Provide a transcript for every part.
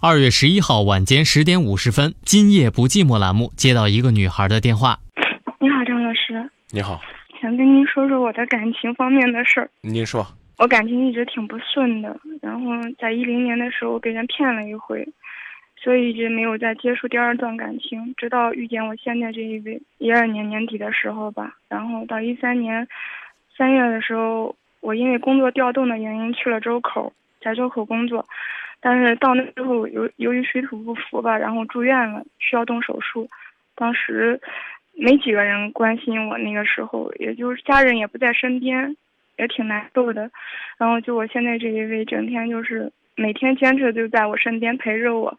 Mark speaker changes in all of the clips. Speaker 1: 二月十一号晚间十点五十分，《今夜不寂寞》栏目接到一个女孩的电话，
Speaker 2: 你好，张老师，
Speaker 3: 你好，
Speaker 2: 想跟您说说我的感情方面的事儿。
Speaker 3: 您说
Speaker 2: 我感情一直挺不顺的，然后在一零年的时候被人骗了一回，所以一直没有再接触第二段感情，直到遇见我现在这一位，一二年年底的时候吧，然后到一三年三月的时候，我因为工作调动的原因去了周口，在周口工作，但是到那之后由由于水土不服吧，然后住院了，需要动手术，当时没几个人关心我，那个时候也就是家人也不在身边，也挺难受的。然后就我现在这一位，整天就是每天坚持就在我身边陪着我，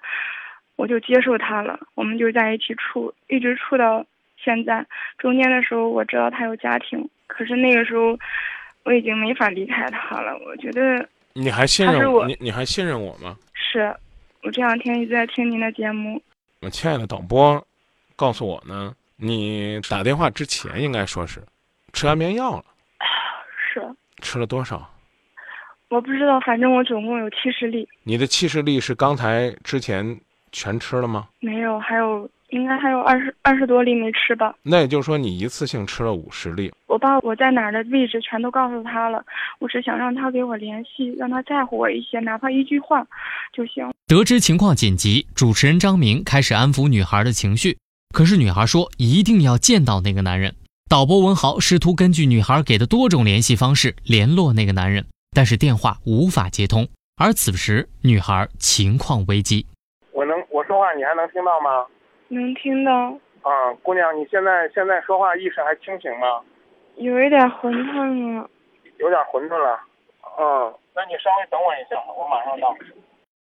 Speaker 2: 我就接受他了，我们就在一起处，一直处到现在。中间的时候我知道他有家庭，可是那个时候我已经没法离开他了。我觉得
Speaker 3: 你还信
Speaker 2: 他是
Speaker 3: 任
Speaker 2: 我
Speaker 3: 你？你还信任我吗？
Speaker 2: 是，我这两天一直在听您的节目，
Speaker 3: 我亲爱的导播，告诉我呢，你打电话之前应该说是吃安眠药了，
Speaker 2: 是
Speaker 3: 吃了多少？
Speaker 2: 我不知道，反正我总共有七十粒，
Speaker 3: 你的气势力是刚才之前全吃了吗？
Speaker 2: 没有，还有应该还有二十二十多粒没吃吧。
Speaker 3: 那也就是说你一次性吃了五十粒，
Speaker 2: 我把我在哪儿的位置全都告诉他了，我只想让他给我联系，让他在乎我一些，哪怕一句话就行。
Speaker 1: 得知情况紧急，主持人张明开始安抚女孩的情绪。可是女孩说一定要见到那个男人。导播文豪试图根据女孩给的多种联系方式联络那个男人，但是电话无法接通。而此时，女孩情况危机。
Speaker 4: 我能我说话你还能听到吗？
Speaker 2: 能听到
Speaker 4: 啊，姑娘，你现在现在说话意识还清醒吗？
Speaker 2: 有一点混沌了，
Speaker 4: 有点混沌了。嗯，那你稍微等我一下，我马上到。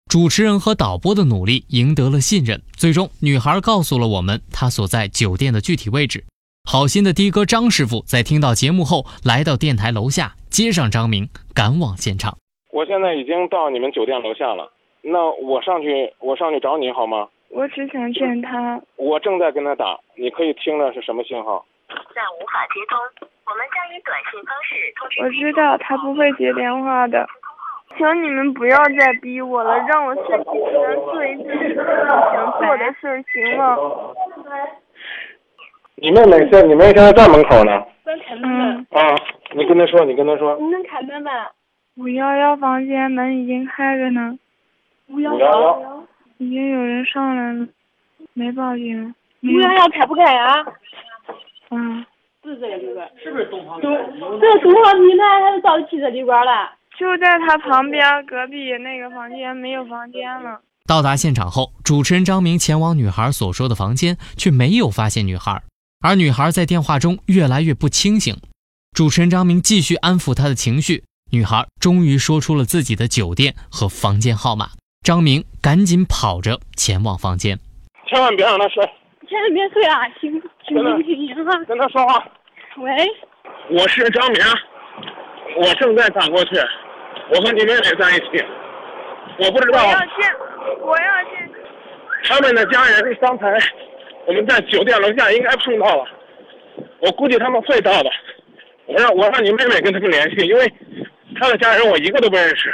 Speaker 1: 主持人和导播的努力赢得了信任，最终女孩告诉了我们她所在酒店的具体位置。好心的的哥张师傅在听到节目后，来到电台楼下接上张明，赶往现场。
Speaker 3: 我现在已经到你们酒店楼下了。那我上去，我上去找你好吗？
Speaker 2: 我只想见他。
Speaker 3: 我正在跟他打，你可以听着是什么信号？
Speaker 5: 暂无法接通，我们将以短信方式通知。
Speaker 2: 我知道他不会接电话的，
Speaker 6: 请你们不要再逼我了，让我自己能做一件自己想做的事儿，行吗？
Speaker 3: 你妹妹在，你妹现在在门口呢。
Speaker 2: 嗯，
Speaker 3: 啊，你跟她说，你跟她说，
Speaker 2: 五幺幺房间门已经开着呢，
Speaker 3: 五幺幺。
Speaker 2: 已经有人上来了，没报警。
Speaker 6: 不要要改不改啊？
Speaker 2: 嗯，
Speaker 6: 这啊东方明呢，他都到汽车旅馆了。
Speaker 2: 就在他旁边隔壁那个房间没有房间了。
Speaker 1: 到达现场后，主持人张明前往女孩所说的房间，却没有发现女孩，而女孩在电话中越来越不清醒。主持人张明继续安抚她的情绪，女孩终于说出了自己的酒店和房间号码。张明赶紧跑着前往房间。
Speaker 3: 千万别让她睡，
Speaker 6: 现在别睡了，行，请
Speaker 3: 真的
Speaker 6: 您请您啊。
Speaker 3: 跟她说话。
Speaker 6: 喂，
Speaker 3: 我是张明，我正在赶过去，我和你妹妹在一起。我不知道
Speaker 6: 见，我要见。
Speaker 3: 他们的家人刚才我们在酒店楼下应该碰到了，我估计他们会到的。我让我让你妹妹跟他们联系，因为他的家人我一个都不认识。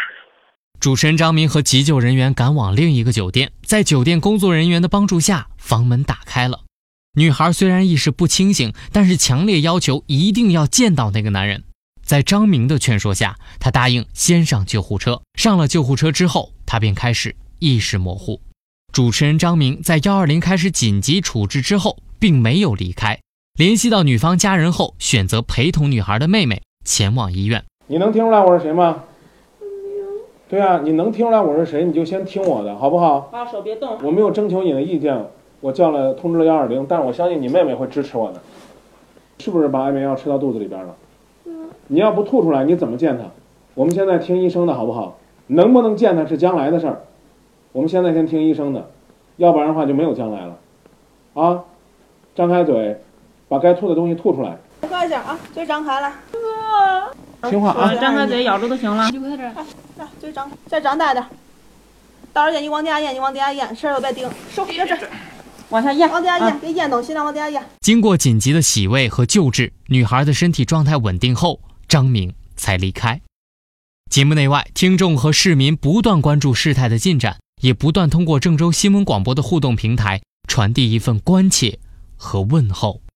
Speaker 1: 主持人张明和急救人员赶往另一个酒店，在酒店工作人员的帮助下，房门打开了。女孩虽然意识不清醒，但是强烈要求一定要见到那个男人。在张明的劝说下，她答应先上救护车。上了救护车之后，她便开始意识模糊。主持人张明在幺二零开始紧急处置之后，并没有离开。联系到女方家人后，选择陪同女孩的妹妹前往医院。
Speaker 3: 你能听出来我是谁吗？对啊，你能听出来我是谁，你就先听我的，好不好？
Speaker 7: 啊，手别动。
Speaker 3: 我没有征求你的意见，我叫了通知了幺二零，但是我相信你妹妹会支持我的。是不是把安眠药吃到肚子里边了？
Speaker 7: 嗯
Speaker 3: 你要不吐出来，你怎么见她？我们现在听医生的好不好？能不能见她是将来的事儿，我们现在先听医生的，要不然的话就没有将来了。啊，张开嘴，把该吐的东西吐出来，
Speaker 7: 快点啊，嘴张开了，
Speaker 3: 听话啊！
Speaker 7: 张开嘴咬住就行了。
Speaker 8: 哎来，嘴张，
Speaker 7: 再张大点，
Speaker 8: 到时候眼睛往底下咽，你往底下咽，身儿都别顶，手在这儿，
Speaker 7: 往下咽。
Speaker 8: 往底下
Speaker 7: 啊
Speaker 8: 咽，别咽东西了，往底下咽。
Speaker 1: 经过紧急的洗胃和救治，女孩的身体状态稳定后，张明才离开。节目内外，听众和市民不断关注事态的进展，也不断通过郑州新闻广播的互动平台传递一份关切和问候。